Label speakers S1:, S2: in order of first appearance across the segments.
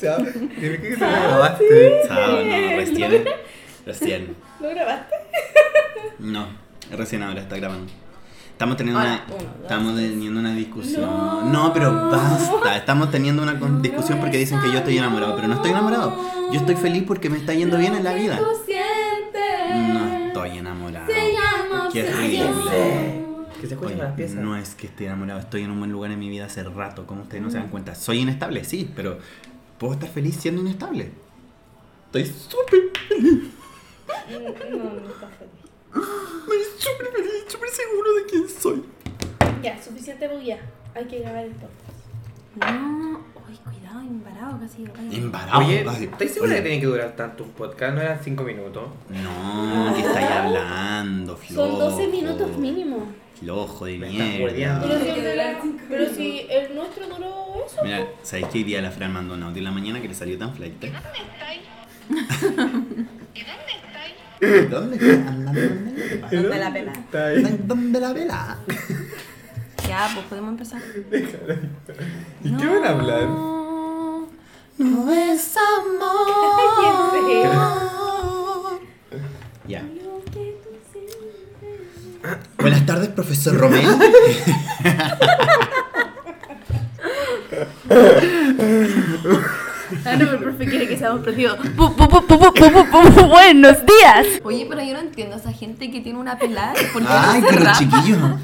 S1: Chao. Dime que te lo grabaste. Chao, no, recién. eh. Recién.
S2: ¿Lo grabaste?
S1: No, recién ahora está grabando. Estamos teniendo,
S2: Ahora,
S1: una,
S2: uno, dos,
S1: estamos teniendo una discusión.
S2: No.
S1: No. pero basta. Estamos teniendo una con-
S2: No
S1: discusión porque dicen que yo estoy enamorado, pero no estoy enamorado. Yo estoy feliz porque me está yendo bien en la vida.
S2: Lo que tú sientes
S1: No estoy enamorado.
S2: Se llama
S1: Qué
S2: obsesión.
S1: horrible.
S3: Que se
S1: Oye,
S3: escuchen las piezas.
S1: no es que esté enamorado, estoy en un buen lugar en mi vida hace rato, como ustedes no
S2: Mm.
S1: se dan cuenta. Soy inestable, sí, pero puedo estar feliz siendo inestable. Estoy súper,
S2: No, no está feliz.
S1: súper feliz, súper seguro de quién soy.
S2: Ya, suficiente bulla. Hay que grabar el podcast.
S4: No, uy, cuidado, embarado casi. ay.
S1: Embarado.
S3: Oye,
S1: ay,
S3: ¿estáis segura
S1: oye.
S3: que tiene que durar tanto un podcast? No eran 5 minutos.
S1: No, que estáis hablando, flojo.
S2: Son 12 minutos mínimo.
S1: Flojo de
S3: Me estás
S1: mierda.
S3: guardiando.
S2: Pero si,
S4: Hay que durar cinco
S2: pero
S4: minutos.
S2: si el nuestro duró eso.
S1: Mira, ¿sabéis que hoy día la Fran mandó un audio en la mañana que le salió tan flight? ¿De
S5: ¿Dónde estáis? ¿Y dónde estáis?
S1: ¿Dónde está andando en el mapa?
S4: ¿Dónde la pela?
S3: Está ahí.
S1: ¿Dónde la vela?
S4: Ya, pues podemos empezar.
S3: ¿Y qué van a hablar?
S4: No, no es amor.
S2: Cállense.
S1: Ya.
S2: Lo que tú sientes.
S1: Buenas tardes, profesor Romeo.
S4: Ah, no, el profe quiere que seamos prendidos. Bu- bu- bu- bu- bu- bu- bu- bu- bu- Buenos días. Oye, pero yo no entiendo a esa gente que tiene una pelada. ¿Por qué
S1: Ay,
S4: no se
S1: pero
S4: rapa?
S1: chiquillo.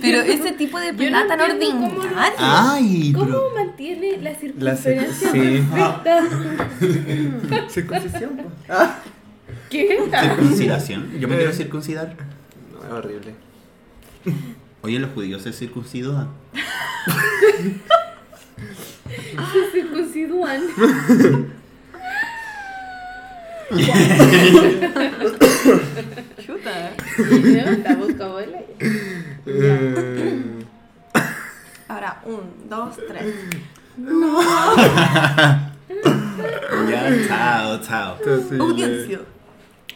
S4: Pero ese tipo de pelada tan
S2: entiendo cómo lo-
S4: ordinaria.
S1: Ay,
S2: ¿Cómo
S1: pero.
S2: mantiene la
S3: La se-
S2: circunferencia
S3: sí.
S2: perfecta?
S3: Circuncisión. po.
S2: ¿Qué?
S1: Circuncidación. Yo me
S3: Eh.
S1: quiero circuncidar.
S3: No, es horrible.
S1: Oye, los judíos se circuncidan.
S2: Se circuncidúan.
S4: Chuta.
S2: Está buscando el
S3: Eh,
S4: Ahora, un, dos, tres.
S1: Ya, chao, chao.
S3: entonces,
S4: Audiencia.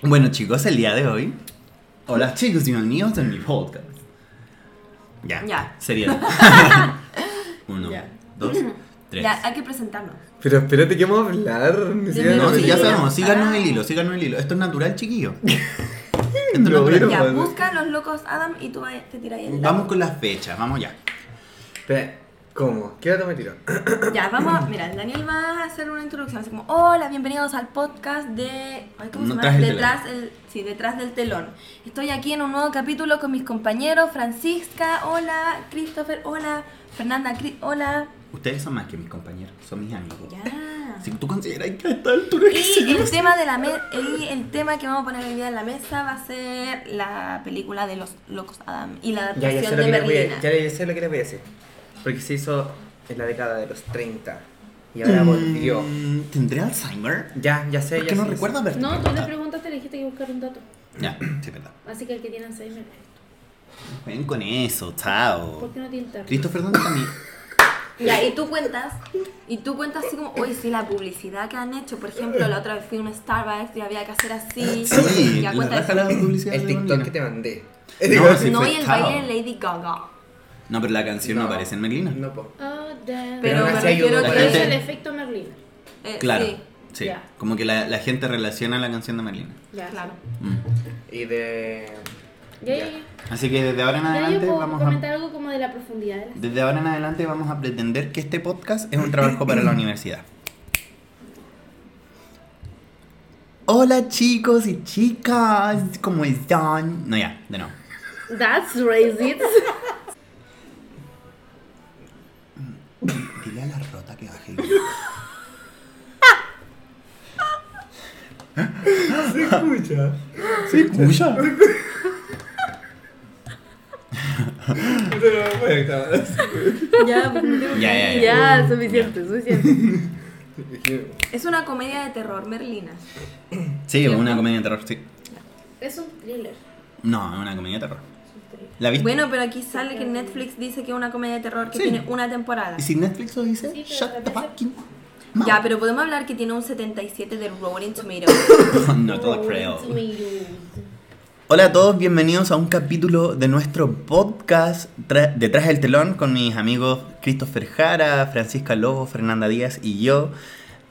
S1: Bueno, chicos, el día de hoy. Hola, chicos, bienvenidos a mi podcast. Ya.
S4: Ya.
S1: Sería. Uno,
S4: Ya.
S1: dos, tres.
S4: Ya, hay que presentarnos.
S3: Pero espérate que vamos a hablar. Ni siquiera
S1: No,
S3: nos
S1: si
S3: metí.
S1: ya
S4: Sí.
S1: sabemos,
S4: Ah.
S1: síganos el hilo, síganos el hilo. Esto es natural, chiquillo. Esto es
S3: Lo
S1: natural.
S3: vieron.
S4: Ya,
S3: vale.
S4: busca a los locos Adam y tú ahí te tiras ahí el
S1: Vamos con las fechas, vamos ya.
S3: Espera, ¿Cómo? ¿Qué dato me tiró?
S4: Ya, vamos. a- Mira, el Daniel va a hacer una introducción así como: Hola, bienvenidos al podcast de. ay, ¿Cómo
S1: No,
S4: se llama?
S1: tras el
S4: detrás, el, sí, detrás del telón. Estoy aquí en un nuevo capítulo con mis compañeros: Francisca, hola, Christopher, hola, Fernanda, Cri- hola.
S1: Ustedes son más que mis compañeros, son mis amigos.
S4: Ya.
S1: Si tú consideras que a esta altura que
S4: Y el tema, de la me- y el tema que vamos a poner hoy día en la mesa va a ser la película de los locos Adam y la
S3: Ya, ya sé lo
S4: adaptación de
S3: que les voy a,
S4: Merlina.
S3: ya, ya sé lo que les voy a decir. Porque se hizo en la década de los 30. Y ahora volvió.
S1: Mm, ¿Tendré Alzheimer?
S3: Ya, ya sé,
S1: ¿Por
S3: ya
S1: qué no
S3: sé,
S1: recuerdo haber
S2: No, tú le preguntaste, le dijiste que buscar un dato.
S1: Ya, sí, verdad.
S2: Así que el que tiene Alzheimer.
S1: Ven con eso,
S2: ¿Por
S1: chao.
S2: qué no tiene internet?
S1: Christopher, ¿dónde está mi...?
S4: Ya, y tú cuentas, y tú cuentas así como, oye, sí, la publicidad que han hecho, por ejemplo, la otra vez fui a un Starbucks y había que hacer así,
S1: Sí,
S4: ya
S1: la
S4: cuentas
S1: raja la publicidad
S3: El
S1: de
S3: TikTok
S1: Merlina.
S3: que te mandé.
S1: No, sí
S4: No,
S1: fue
S4: y el
S1: chao.
S4: baile de Lady Gaga.
S1: No, pero la canción no, aparece en Merlina.
S3: No, po.
S2: Oh, damn.
S4: Pero
S3: aún
S4: me
S3: así hay
S4: refiero
S3: un-
S1: La
S2: Pero es
S1: gente-
S2: el
S4: que...
S2: efecto Merlina.
S4: eh,
S1: Claro, sí.
S4: sí,
S2: Ya.
S1: Como que la, la gente relaciona la canción de Merlina.
S2: Ya,
S4: claro.
S1: Mm.
S3: Y de.
S2: Ya, ya,
S3: Ya.
S2: ya.
S1: Así que desde ahora en
S2: Ya, yo
S1: adelante
S2: puedo
S1: vamos a...
S2: comentar algo como de la profundidad de la
S1: Desde ahora en adelante vamos a pretender que este podcast es un trabajo para la universidad. Hola chicos y chicas, ¿cómo están? No, ya, de nuevo.
S2: That's racist.
S1: Dile a la rota que baje.
S3: Se escucha.
S1: ¿Se escucha?
S3: Pero bueno, cámara.
S4: Ya, pues, me tengo que
S1: Ya, ya, Uh,
S4: ir.
S1: ya.
S2: suficiente.
S4: Es una comedia de terror, Merlina.
S1: Sí, una comedia de terror, sí.
S2: Es un thriller.
S1: No, es una comedia de terror.
S2: Es un thriller.
S1: ¿La viste?
S4: Bueno, pero aquí sale que Netflix dice que es una comedia de terror que
S1: Sí.
S4: tiene una temporada.
S1: ¿Y si Netflix lo dice?
S2: Sí, pero
S1: Shut the
S2: también se-
S1: fucking mouth.
S4: Ya, pero podemos hablar que tiene un 77 de Rolling Tomatoes.
S1: no te lo creo.
S2: Tomatoes.
S1: Hola a todos, bienvenidos a un capítulo de nuestro podcast. podcast tra- Detrás del Telón con mis amigos Christopher Jara, Francisca Lobo, Fernanda Díaz y yo,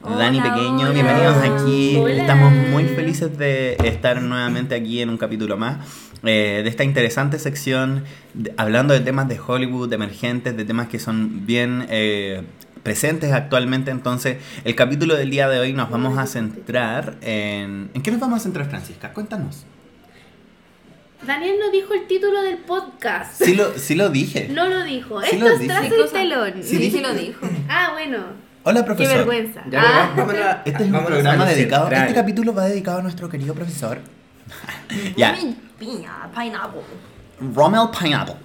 S4: Hola,
S1: Dani Pequeño.
S4: hola.
S1: Bienvenidos aquí.
S2: Hola.
S1: Estamos muy felices de estar nuevamente aquí en un capítulo más eh, de esta interesante sección de- hablando de temas de Hollywood, de emergentes, de temas que son bien... eh, presentes actualmente entonces el capítulo del día de hoy nos vamos a centrar en ¿en qué nos vamos a centrar Francisca? cuéntanos
S2: Daniel no dijo el título del podcast.
S1: sí lo, sí lo dije
S2: No lo dijo.
S1: Sí
S2: Esto
S1: lo
S2: es
S1: dije.
S2: tras
S1: Sí,
S2: el
S4: cosa-
S2: telón.
S1: Sí,
S4: Sí,
S1: dije-
S4: sí lo dijo.
S2: Ah, bueno.
S1: hola
S2: Qué
S1: profesor
S2: vergüenza.
S3: Ya,
S2: Ah,
S3: vámonos a-
S1: Este es un
S3: vámonos
S1: programa
S3: al
S1: dedicado.
S3: central.
S1: Este capítulo va dedicado a nuestro querido profesor. ya.
S4: Muy piña, pineapple.
S1: Rommel Pineapple.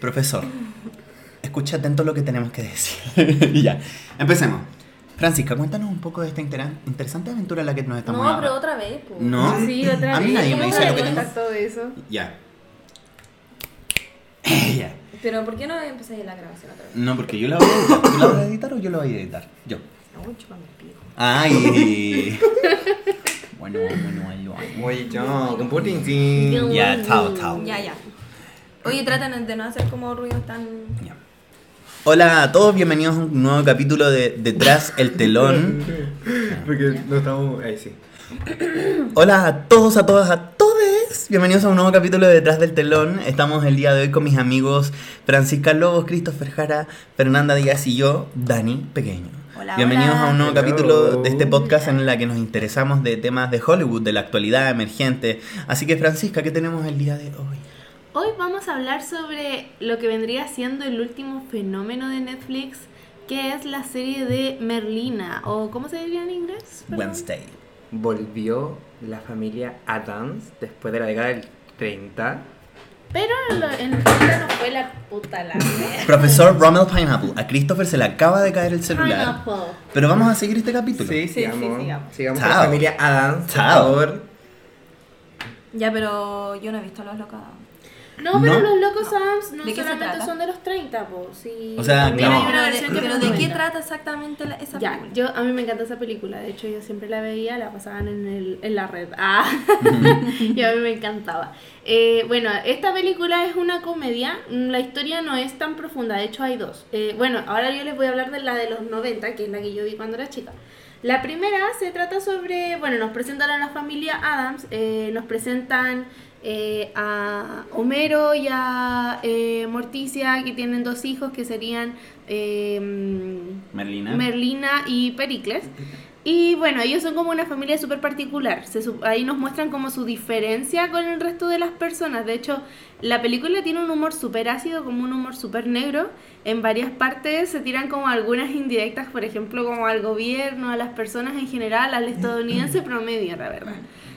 S1: Profesor, escucha atento lo que tenemos que decir. ya. Empecemos. Francisca, cuéntanos un poco de esta intera- interesante aventura en la que nos estamos
S4: No, pero
S1: ahora.
S4: otra vez, po.
S1: ¿No?
S2: Ah, Sí, otra
S1: A mí
S2: vez.
S1: nadie me
S2: ¿Cómo
S1: dice lo que
S2: me
S1: tengo.
S2: pasó eso?
S1: Ya. ya.
S4: Pero ¿por qué no empezáis la grabación otra vez?
S1: No, porque yo la voy a editar. ¿Tú la vas a editar o yo la voy a editar? Yo.
S4: No, chúpame el pico.
S1: Ay. bueno, bueno, bueno. bueno.
S3: Oye, yo, con Putin, sí.
S1: Mm,
S2: mm,
S1: Ya, chao, chao.
S4: Ya, ya. Oye, traten de no hacer como ruidos tan...
S1: Ya. Hola a todos, bienvenidos a un nuevo capítulo de Detrás el Telón.
S3: Porque no estamos. Ahí sí.
S1: Hola a todos, a todas, a todes. Bienvenidos a un nuevo capítulo de Detrás del Telón. Estamos el día de hoy con mis amigos Francisca Lobos, Christopher Jara, Fernanda Díaz y yo, Dani Pequeño.
S4: Hola,
S1: Bienvenidos
S4: hola.
S1: a un nuevo
S3: Hello.
S1: capítulo de este podcast en la que nos interesamos de temas de Hollywood, de la actualidad emergente. Así que Francisca, ¿qué tenemos el día de hoy?
S2: Hoy vamos a hablar sobre lo que vendría siendo el último fenómeno de Netflix, que es la serie de Merlina, o ¿cómo se diría en inglés? Perdón.
S1: Wednesday.
S3: Volvió la familia Adams después de la década del 30.
S2: Pero lo- en realidad no fue la puta la
S1: Profesor Rommel Pineapple, a Christopher se le acaba de caer el celular.
S2: Pineapple.
S1: Pero vamos a seguir este capítulo.
S3: Sí,
S4: sí,
S3: sigamos.
S4: sigamos.
S3: Sigamos
S1: Chao.
S3: con la familia Adams. por
S1: Chao.
S3: favor.
S4: Ya, pero yo no he visto a los locos.
S2: No, pero
S1: No.
S2: los locos Adams no
S4: ¿De qué se
S2: solamente
S4: trata?
S2: son de los 30, po. Sí,
S1: O sea,
S2: también
S1: no.
S2: hay una
S4: pero de,
S2: versión que
S4: pero
S2: es
S4: ¿de qué
S2: 90.
S4: trata exactamente la- esa
S2: Ya,
S4: película?
S2: yo, a mí me encanta esa película, de hecho yo siempre la veía, la pasaban en, el, en la red. Ah, y a mí me encantaba. Eh, bueno, esta película es una comedia, mm, la historia no es tan profunda, de hecho hay dos. Eh, bueno, ahora yo les voy a hablar de la de los 90, que es la que yo vi cuando era chica. La primera se trata sobre, bueno, nos presentan a la familia Adams, eh, nos presentan eh, a Homero y a eh, Morticia, que tienen dos hijos que serían... em,
S1: Merlina.
S2: Merlina y Pericles. Y bueno, ellos son como una familia súper particular. Se su- ahí nos muestran como su diferencia con el resto de las personas. De hecho, la película tiene un humor súper ácido, como un humor súper negro. En varias partes se tiran como algunas indirectas, por ejemplo, como al gobierno, a las personas en general, al estadounidense promedio, la verdad.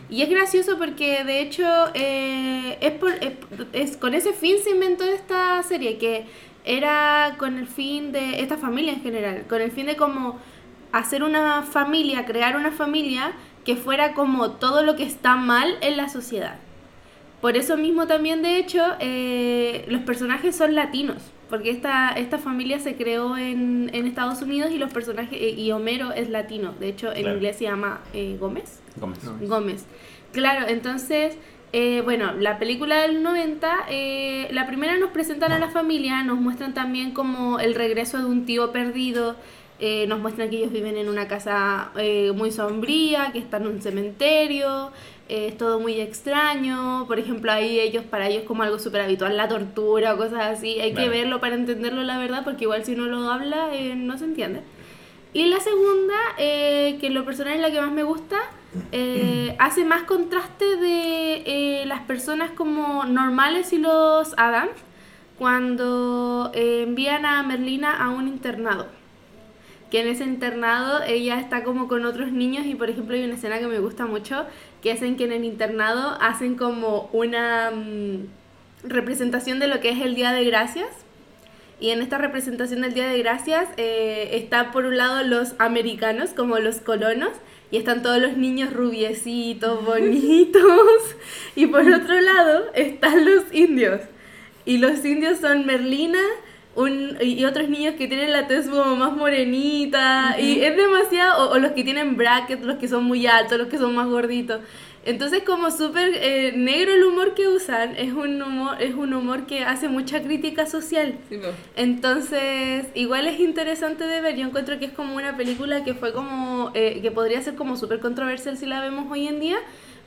S2: Y es gracioso porque de hecho eh, es, por- es- es- con ese fin se inventó esta serie, que era con el fin de esta familia en general, con el fin de como hacer una familia, crear una familia que fuera como todo lo que está mal en la sociedad. Por eso mismo también, de hecho, eh, los personajes son latinos, porque esta, esta familia se creó en, en Estados Unidos y los personajes, eh, y Homero es latino, de hecho en
S1: Claro.
S2: inglés se llama eh, Gómez.
S1: Gómez.
S2: Gómez. Claro, entonces, eh, bueno, la película del 90, eh, la primera nos presentan a la familia, nos muestran también como el regreso de un tío perdido, eh, nos muestran que ellos viven en una casa eh, muy sombría, que están en un cementerio, eh, es todo muy extraño, por ejemplo, ahí ellos, para ellos como algo súper habitual, la tortura o cosas así, hay
S1: Claro.
S2: que verlo para entenderlo, la verdad, porque igual si uno lo habla, eh, no se entiende. Y la segunda, eh, que en lo personal es la que más me gusta, eh, hace más contraste de eh, las personas como normales y los Adams cuando eh, envían a Merlina a un internado. Que en ese internado ella está como con otros niños y por ejemplo hay una escena que me gusta mucho, que es en que en el internado hacen como una mm, representación de lo que es el Día de Gracias. Y en esta representación del Día de Gracias eh, está por un lado los americanos, como los colonos, y están todos los niños rubiecitos, bonitos. Y por otro lado están los indios. Y los indios son Merlina, un- y otros niños que tienen la tez como más morenita y es demasiado, o, o los que tienen brackets, los que son muy altos, los que son más gorditos. Entonces como súper eh, negro el humor que usan, es un humor, es un humor que hace mucha crítica social.
S6: Sí, po.
S2: Entonces, igual es interesante de ver. Yo encuentro que es como una película que fue como. eh, que podría ser como súper controversial si la vemos hoy en día,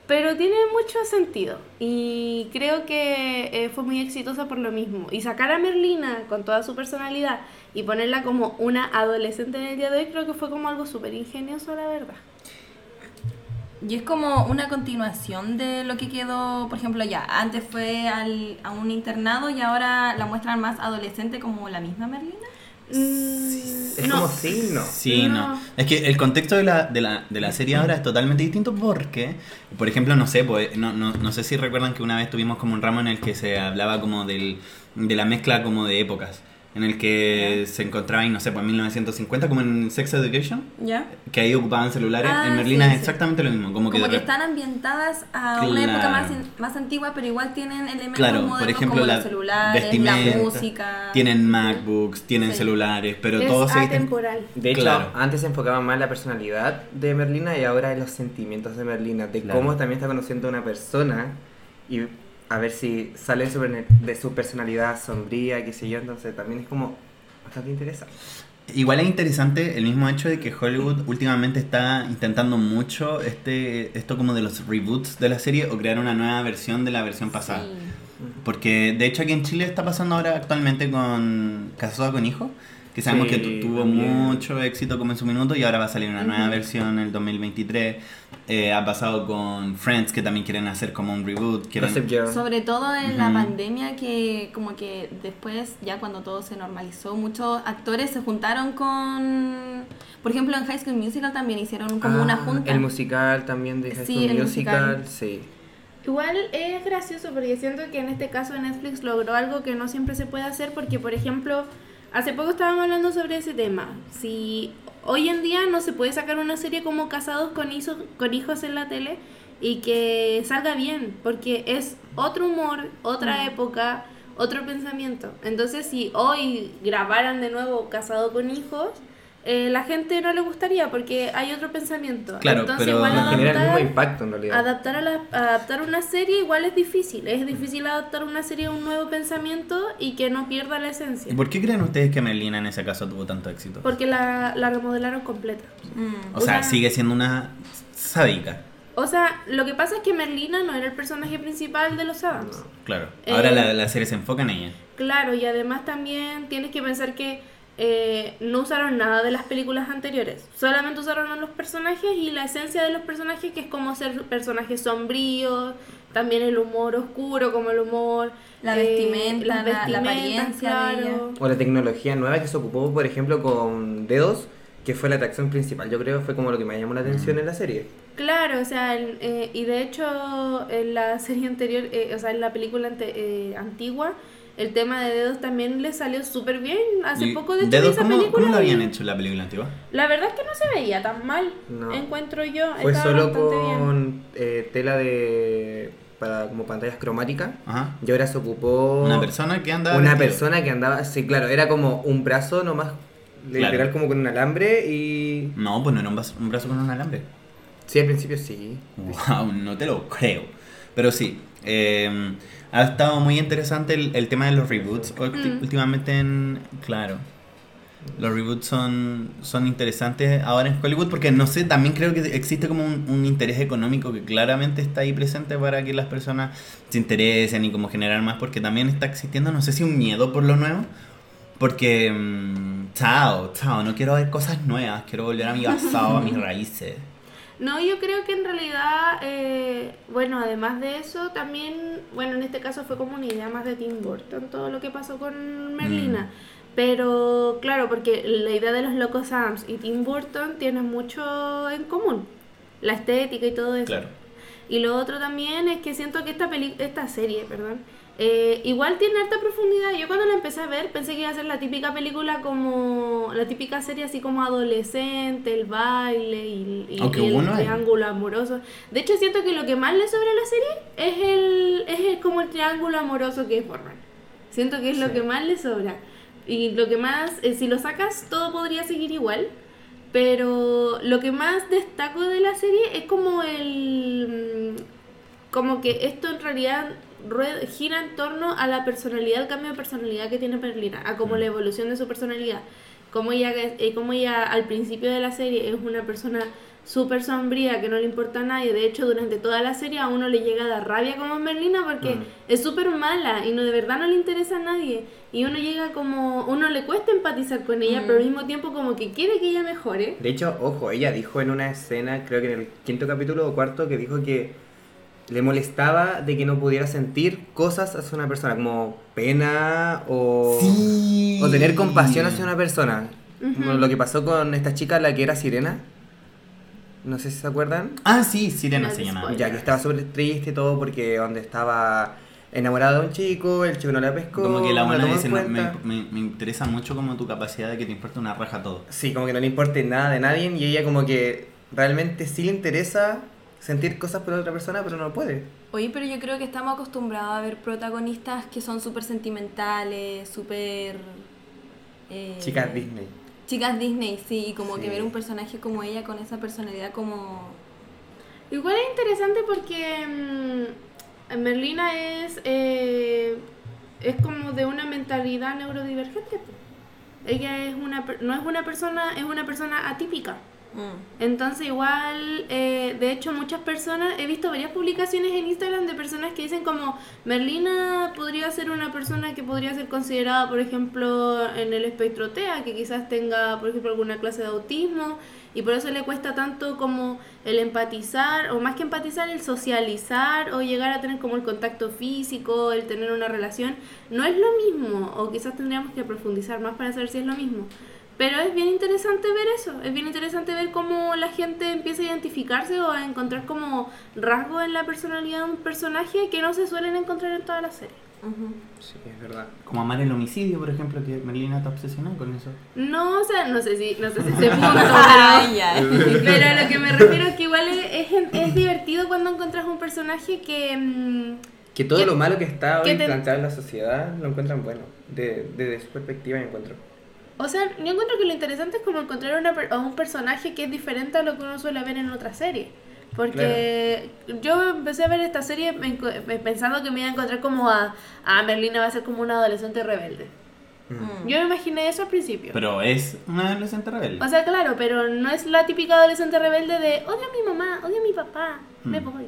S2: pero tiene mucho sentido. Y creo que eh, fue muy exitosa por lo mismo. Y sacar a Merlina con toda su personalidad y ponerla como una adolescente en el día de hoy, creo que fue como algo súper ingenioso, la verdad.
S4: Y es como una continuación de lo que quedó, por ejemplo, ya, antes fue al- a un internado y ahora la muestran más adolescente como la misma Merlina.
S2: Mm,
S3: Es como signo.
S1: Sí, no.
S2: No.
S1: Es que el contexto de la, de, la, de la serie ahora es totalmente distinto porque, por ejemplo, no sé, pues, no, no, no sé si recuerdan que una vez tuvimos como un ramo en el que se hablaba como del, de la mezcla como de épocas, en el que se encontraba, y no sé, pues 1950, como en Sex Education,
S4: ¿Ya?
S1: que ahí ocupaban celulares.
S4: Ah,
S1: en Merlina
S4: sí,
S1: es
S4: sí.
S1: exactamente lo mismo, como
S4: Como
S1: que...
S4: que,
S1: de re-
S4: están ambientadas a una época
S1: Claro.
S4: más, in- más antigua, pero igual tienen elementos
S1: Claro, por
S4: modernos
S1: ejemplo,
S4: como
S1: la
S4: los celulares, la
S1: vestimenta,
S4: música.
S1: Tienen MacBooks, tienen
S4: Sí.
S1: celulares, pero
S2: es
S1: todos se visten-
S2: atemporal.
S3: De hecho,
S1: Claro.
S3: antes se enfocaba más en la personalidad de Merlina y ahora en los sentimientos de Merlina, de
S1: Claro.
S3: cómo también está conociendo a una persona y a ver si sale de su perne- de su personalidad sombría, qué sé yo, entonces también es como bastante interesante.
S1: Igual es interesante el mismo hecho de que Hollywood últimamente está intentando mucho este esto como de los reboots de la serie o crear una nueva versión de la versión pasada. Porque de hecho aquí en Chile está pasando ahora actualmente con Casado con Hijo, que sabemos
S3: Sí,
S1: que tu- tuvo
S3: también.
S1: mucho éxito como en su minuto y ahora va a salir una nueva versión en el 2023. Eh, ha pasado con Friends, que también quieren hacer como un reboot. quieren-
S3: Gossip Girl.
S4: Sobre todo en la
S1: Ujú.
S4: pandemia que como que después, ya cuando todo se normalizó, muchos actores se juntaron con... Por ejemplo, en High School Musical también hicieron como una
S3: Ah,
S4: junta.
S3: El musical también de High
S4: Sí,
S3: School
S4: el
S3: musical,
S4: musical.
S3: sí.
S2: Igual es gracioso porque siento que en este caso Netflix logró algo que no siempre se puede hacer porque, por ejemplo, hace poco estábamos hablando sobre ese tema. Si hoy en día no se puede sacar una serie como Casados con, Hizo- con Hijos en la tele y que salga bien porque es otro humor, otra
S4: Mm.
S2: época, otro pensamiento. Entonces, si hoy grabaran de nuevo Casado con Hijos... eh, la gente no le gustaría porque hay otro pensamiento.
S1: Claro,
S2: Entonces,
S1: pero-
S2: igual
S1: Nos
S3: No genera el mismo
S2: adaptar-
S3: impacto en realidad.
S2: Adaptar, a la- adaptar una serie igual es difícil. Es difícil adaptar una serie a un nuevo pensamiento y que no pierda la esencia.
S1: ¿Y por qué creen ustedes que Merlina en ese caso tuvo tanto éxito?
S2: Porque la, la remodelaron completa.
S4: Mm.
S2: o
S1: O sea,
S2: sea-
S1: sigue siendo una sádica.
S2: O sea, lo que pasa es que Merlina no era el personaje principal de los Adams.
S1: Claro.
S2: Eh,
S1: Ahora la, la serie se enfoca en ella.
S2: Claro, y además también tienes que pensar que eh, no usaron nada de las películas anteriores. Solamente usaron a los personajes y la esencia de los personajes, que es como ser personajes sombríos, también el humor oscuro, como el humor. eh,
S4: La vestimenta, la- la apariencia de ella.
S3: O la tecnología nueva que se ocupó, por ejemplo, con dedos, que fue la atracción principal. Yo creo que fue como lo que me llamó la
S1: Mm.
S3: atención en la serie.
S2: Claro, o sea, el- eh, y de hecho en la serie anterior, eh, o sea, en la película ante- eh, antigua, el tema de dedos también le salió súper bien. Hace
S1: Y
S2: poco, de hecho, vi
S1: Dedos,
S2: esa
S1: ¿cómo,
S2: película.
S1: ¿Cómo lo habían
S2: y
S1: hecho la película antigua?
S2: La verdad es que no se veía tan mal,
S3: No.
S2: encuentro yo.
S3: Fue
S2: estaba
S3: solo
S2: bastante bien.
S3: con eh, tela de. para como pantallas cromáticas.
S1: Ajá.
S3: Y ahora se ocupó.
S1: Una persona que anda.
S3: Oh, Una
S1: vestido.
S3: persona que andaba. Sí, claro, era como un brazo nomás. Literal,
S1: Claro.
S3: como con un alambre. Y.
S1: No, pues no era un, bas- un brazo con un alambre.
S3: Sí, al principio sí.
S1: Wow, no te lo creo. Pero sí, eh, ha estado muy interesante el, el tema de los reboots. Ulti-
S2: Mm.
S1: Últimamente en. Claro. Los reboots son, son interesantes ahora en Hollywood porque no sé, también creo que existe como un, un interés económico que claramente está ahí presente para que las personas se interesen y como generar más porque también está existiendo, no sé si un miedo por lo nuevo, porque mm, chao, chao, no quiero ver cosas nuevas, quiero volver a mi pasado, a mis raíces.
S2: No, yo creo que en realidad, eh, bueno, además de eso, también, bueno, en este caso fue como una idea más de Tim Burton, todo lo que pasó con Merlina. Pero claro, porque la idea de los locos Adams y Tim Burton tienen mucho en común, la estética y todo eso.
S1: Claro.
S2: Y lo otro también es que siento que esta peli esta serie, perdón, eh, igual tiene alta profundidad. Yo cuando la empecé a ver pensé que iba a ser la típica película como la típica serie así como adolescente, el baile y, y-
S1: Aunque
S2: y
S1: hubo
S2: el
S1: un baile.
S2: triángulo amoroso. De hecho siento que lo que más le sobra a la serie es el es el- como el triángulo amoroso que forman. Siento que es lo
S3: Sí.
S2: que más le sobra. Y lo que más, eh, si lo sacas, todo podría seguir igual. Pero lo que más destaco de la serie es como el. mm, Como que esto en realidad rue- gira en torno a la personalidad, el cambio de personalidad que tiene Perlina, a como la evolución de su personalidad. Como ella, eh, como ella al principio de la serie es una persona súper sombría que no le importa a nadie. De hecho, durante toda la serie a uno le llega a dar rabia como Merlina porque
S3: Mm.
S2: es súper mala y no de verdad no le interesa a nadie. Y uno llega como, uno le cuesta empatizar con ella,
S4: Mm.
S2: pero al mismo tiempo como que quiere que ella mejore.
S3: De hecho, ojo, ella dijo en una escena, creo que en el quinto capítulo o cuarto, que dijo que le molestaba de que no pudiera sentir cosas hacia una persona, como pena o,
S1: Sí.
S3: o tener compasión hacia una persona.
S2: Ujú.
S3: Como Lo que pasó con esta chica, la que era sirena. No sé si se acuerdan.
S1: Ah, sí, Sirena
S2: No,
S1: se llama.
S2: spoiler.
S3: Ya que estaba súper triste y todo porque donde estaba enamorada de un chico, el chico no la pescó.
S1: Como que la
S3: no
S1: buena
S3: tomó en
S1: dice, no, me,
S3: cuenta.
S1: me- me interesa mucho como tu capacidad de que te importa una raja todo.
S3: Sí, como que no le importe nada de nadie y ella como que realmente sí le interesa sentir cosas por otra persona, pero no puede.
S4: Oye, pero yo creo que estamos acostumbrados a ver protagonistas que son súper sentimentales, súper... eh,
S3: Chicas Disney.
S4: Chicas Disney, sí, y como
S3: Sí.
S4: que ver un personaje como ella con esa personalidad como...
S2: Igual es interesante porque mm, Merlina es, eh, es como de una mentalidad neurodivergente. po. Ella es una, per- no es una persona, es una persona atípica.
S4: mm,
S2: Entonces igual, eh, de hecho muchas personas, he visto varias publicaciones en Instagram de personas que dicen como Merlina podría ser una persona que podría ser considerada, por ejemplo, en el espectro TEA, que quizás tenga, por ejemplo, alguna clase de autismo y por eso le cuesta tanto como el empatizar, o más que empatizar, el socializar o llegar a tener como el contacto físico, el tener una relación, no es lo mismo, o quizás tendríamos que profundizar más para saber si es lo mismo. Pero es bien interesante ver eso, es bien interesante ver cómo la gente empieza a identificarse o a encontrar como rasgos en la personalidad de un personaje que no se suelen encontrar en todas las series.
S4: ujú.
S3: Sí, es verdad.
S1: Como amar el homicidio, por ejemplo, que Merlina está obsesionada con eso.
S2: No, o sea, no sé si, no sé si ese punto, pero...
S4: Ay, ya.
S2: Pero a lo que me refiero es que igual es, es- es divertido cuando encuentras un personaje que... mm,
S3: Que todo
S2: ¿Qué-
S3: lo malo que está
S2: qué
S3: hoy
S2: te-
S3: planteado en la sociedad lo encuentran bueno, de- desde su perspectiva yo encuentro.
S2: o sea, yo encuentro que lo interesante es como encontrar una per- a un personaje que es diferente a lo que uno suele ver en otra serie. Porque yo empecé a ver esta serie me enco- me- pensando que me iba a encontrar como a... A Merlina va a ser como una adolescente rebelde.
S4: Mm.
S2: Yo me imaginé eso al principio.
S1: Pero es una adolescente rebelde.
S2: O sea, claro, pero no es la típica adolescente rebelde de odio a mi mamá, odio a mi papá, me
S1: Mm.
S2: voy.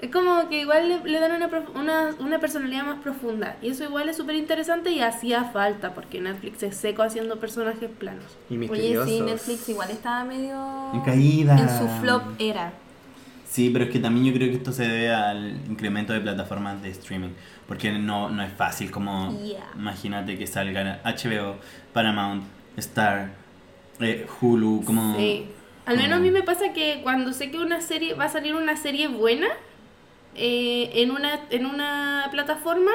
S2: es como que igual le, le dan una, prof- una, una personalidad más profunda. Y eso igual es súper interesante y hacía falta, porque Netflix es seco haciendo personajes planos.
S3: Y
S4: Oye,
S3: misteriosos.
S4: sí, Netflix igual estaba medio...
S1: En caída.
S4: En su flop era.
S1: Sí, pero es que también yo creo que esto se debe al incremento de plataformas de streaming. Porque no, no es fácil como...
S4: Yeah.
S1: Imagínate que salgan HBO, Paramount, Star, eh, Hulu, como...
S2: Sí. Al menos a
S1: como-
S2: mí me pasa que cuando sé que una serie va a salir una serie buena eh, en una en una plataforma,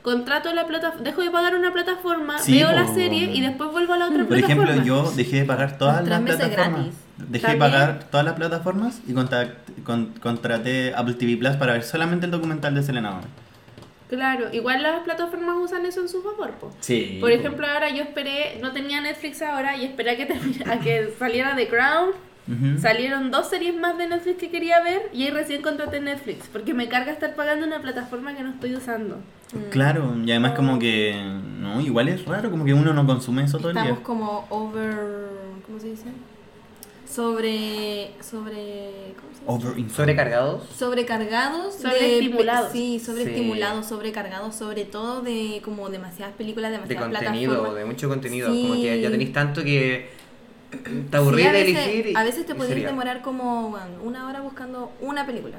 S2: contrato la plataforma, dejo de pagar una plataforma,
S1: Sí,
S2: veo la
S1: po.
S2: serie y después vuelvo a la otra
S1: Por
S2: plataforma.
S1: ejemplo, yo dejé de pagar todas
S4: Tres
S1: las
S4: meses
S1: plataformas.
S4: gratis.
S1: Dejé
S2: También.
S1: de pagar todas las plataformas y contact- con- contraté Apple TV Plus para ver solamente el documental de Selena Gomez.
S2: Claro, igual las plataformas usan eso en su favor, po.
S1: Sí.
S2: Por ejemplo, ahora yo esperé, no tenía Netflix ahora y esperé a que, termina- a que saliera The Crown. Salieron dos series más de Netflix que quería ver y ahí recién contraté Netflix porque me carga estar pagando una plataforma que no estoy usando.
S1: Claro, y además
S4: Oh.
S1: como que... No, igual es raro, como que uno no consume eso todo el día.
S4: Estamos como over... ¿Cómo se dice? Sobre... Sobre... ¿Cómo
S3: Oh.
S4: se dice?
S1: Over
S3: Sobrecargados.
S4: sobrecargados
S2: Sobreestimulados.
S4: de, sí sobreestimulados sobrecargados sobre todo de como demasiadas películas
S3: De
S4: demasiadas
S3: contenido,
S4: plataformas
S3: de mucho contenido.
S4: Sí.
S3: Como que ya tenéis tanto que te
S4: Sí,
S3: aburrís
S4: a
S3: de
S4: veces,
S3: elegir. y-
S4: a veces te
S3: y
S4: podías
S3: sería.
S4: demorar como bueno, una hora buscando una película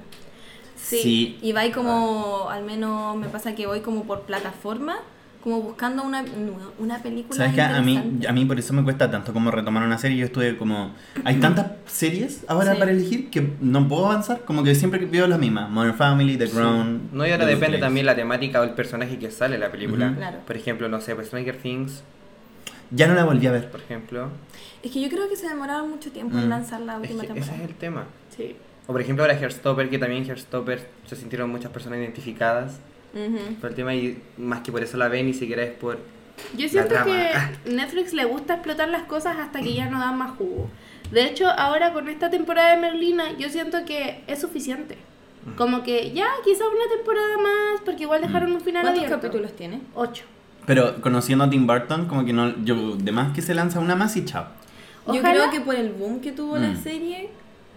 S1: Sí.
S4: y
S3: Ah.
S4: vais como al menos me pasa que voy como por plataforma como buscando una no, una película
S1: ¿Sabes qué? A mí,
S4: interesante.
S1: a mí por eso me cuesta tanto como retomar una serie. Yo estuve como... Hay tantas series ahora
S4: Sí.
S1: para elegir que no puedo avanzar. Como que siempre veo las mismas. Modern Family, The Crown...
S3: No, y ahora
S1: The Good
S3: depende
S1: Place.
S3: también la temática o el personaje que sale en la película.
S1: Ujú.
S4: Claro.
S3: Por ejemplo, no sé, pues Stranger Things,
S1: Ya no la volví a ver.
S3: por ejemplo.
S4: es que yo creo que se demoraron mucho tiempo en
S1: Mm.
S4: lanzar la
S3: Es
S4: última
S3: que ese es
S4: temporada
S3: el tema.
S2: Sí.
S3: O por ejemplo ahora Hairstopper, que también Hairstopper se sintieron muchas personas identificadas
S4: Ujú.
S3: por el tema y más que por eso la ven, ni siquiera es por
S2: Yo siento
S3: trama.
S2: que Netflix le gusta explotar las cosas hasta que ya no dan más jugo. De hecho, ahora con esta temporada de Merlina, yo siento que es suficiente.
S3: Mm.
S2: Como que ya, quizás una temporada más, porque igual dejaron un final
S4: ¿Cuántos
S2: abierto.
S4: capítulos tiene?
S2: Ocho.
S1: Pero conociendo a Tim Burton, como que no. Yo, de más que se lanza una más y chao.
S2: Ojalá-
S4: Yo creo que por el boom que tuvo la
S1: Mm.
S4: serie,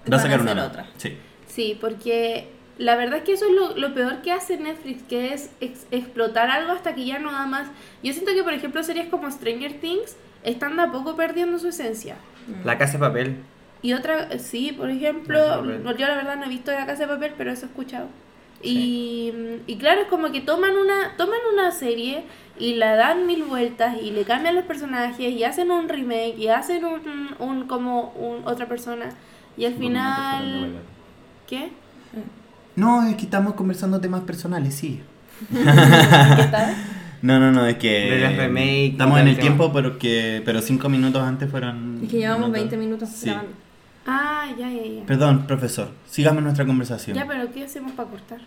S1: Va a
S4: van
S1: sacar
S4: hacer
S1: una.
S4: otra.
S1: Sí.
S2: Sí, porque la verdad es que eso es lo, lo peor que hace Netflix, que es ex- explotar algo hasta que ya no da más. Yo siento que, por ejemplo, series como Stranger Things están de a poco perdiendo su esencia.
S4: Mm.
S3: La casa de papel.
S2: Y otra, sí, por
S3: La
S2: ejemplo,
S3: Casa de Papel.
S2: no, yo la verdad no he visto La Casa de Papel, pero eso he escuchado. Y, y claro, es como que toman una, toman una serie y la dan mil vueltas y le cambian los personajes y hacen un remake y hacen un, un como un, otra persona. Y al final... ¿Qué?
S1: No, es que estamos conversando temas personales, sí.
S4: ¿Qué tal?
S1: No, no, no, es que.
S3: De las remake,
S1: Estamos
S3: de
S1: en
S3: las
S1: el
S3: que-
S1: tiempo, pero, que, pero cinco minutos antes fueron.
S4: Es que llevamos
S1: minutos.
S4: 20 minutos
S1: Sí.
S4: grabando.
S2: Ah, ya, ya, ya.
S1: Perdón, profesor, sigamos nuestra conversación.
S2: Ya, pero ¿qué hacemos para cortar?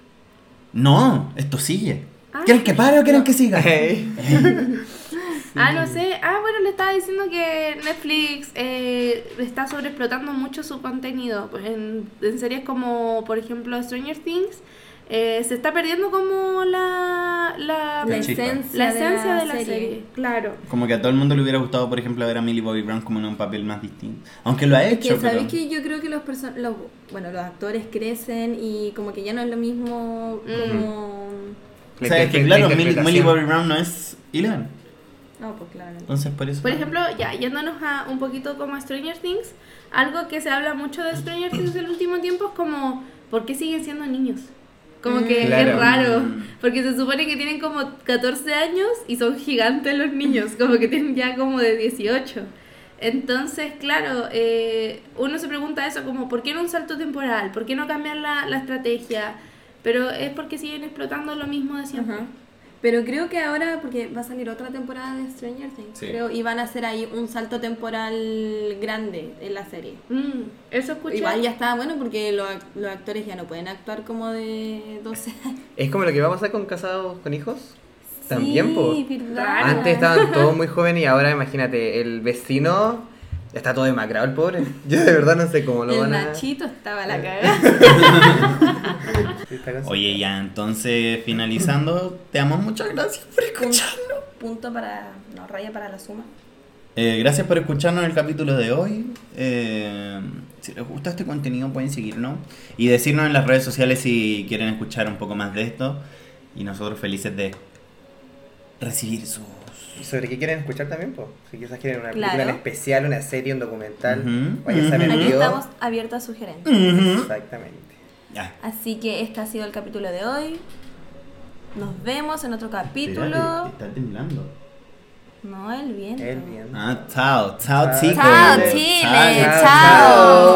S1: No, esto sigue.
S2: Ah.
S1: ¿Quieren que pare o quieren que siga?
S2: Ah, no sé. Ah, bueno, le estaba diciendo que Netflix eh, está sobreexplotando mucho su contenido. Pues en, en series como, por ejemplo, Stranger Things, eh, se está perdiendo como la, la,
S4: La
S1: La chispa.
S4: esencia,
S2: la esencia de la, serie. Claro.
S1: Como que a todo el mundo le hubiera gustado, por ejemplo, ver a Millie Bobby Brown como en un papel más distinto. Aunque lo ha
S4: Es
S1: hecho,
S4: que
S1: pero...
S4: sabéis que yo creo que los, perso- los bueno los actores crecen y como que ya no es lo mismo como
S1: O sea, es que claro, Millie, Millie Bobby Brown no es Eleven.
S4: no pues claro
S1: Entonces, por eso...
S2: Por ejemplo, ya, yéndonos a un poquito como a Stranger Things, algo que se habla mucho de Stranger Things el último tiempo es como, ¿por qué siguen siendo niños? Como
S4: Mm.
S2: que es
S3: Claro.
S2: raro,
S1: Mm.
S2: porque se supone que tienen como 14 años y son gigantes los niños, como que tienen ya como de 18. Entonces, claro, eh, uno se pregunta eso como, ¿por qué no un salto temporal? ¿Por qué no cambiar la, la estrategia? Pero es porque siguen explotando lo mismo de siempre.
S4: Ajá. pero creo que ahora porque va a salir otra temporada de Stranger Things
S1: Sí.
S4: creo y van a hacer ahí un salto temporal grande en la serie
S2: Mm, eso escuché.
S4: Igual ya está bueno porque los, ac- los actores ya no pueden actuar como de 12 años.
S3: Es como lo que vamos a hacer con casados con hijos. También, po.
S4: Sí, verdad.
S2: Claro.
S3: Antes estaban todos muy jóvenes y ahora imagínate, el vecino ya está todo demacrado, el pobre. Yo de verdad no sé cómo lo
S4: El
S3: van a.
S4: machito estaba la cagada.
S3: Esta cosa.
S1: Oye, ya, entonces, finalizando, te amo, muchas gracias por escucharnos.
S4: Punto para. No, raya para la suma.
S1: Eh, gracias por escucharnos el capítulo de hoy. Eh, si les gusta este contenido pueden seguirnos y decirnos en las redes sociales si quieren escuchar un poco más de esto. Y nosotros felices de recibir sus...
S3: ¿Sobre qué quieren escuchar también, po? Si quizás quieren una
S4: Claro.
S3: película en especial, una serie, un documental.
S1: Ujú.
S3: Vaya a saber
S4: Aquí
S3: Dios.
S4: estamos abiertos a sugerencias.
S1: Ujú.
S3: Exactamente.
S1: Ya.
S4: Así que este ha sido el capítulo de hoy. Nos vemos en otro capítulo.
S1: Está temblando.
S4: No, el viento.
S3: Él bien.
S1: Ah, chao, chao
S3: Chao,
S1: chicos.
S4: Chao,
S3: Chile.
S4: Chile.
S3: chao.
S1: Chao.
S4: chao.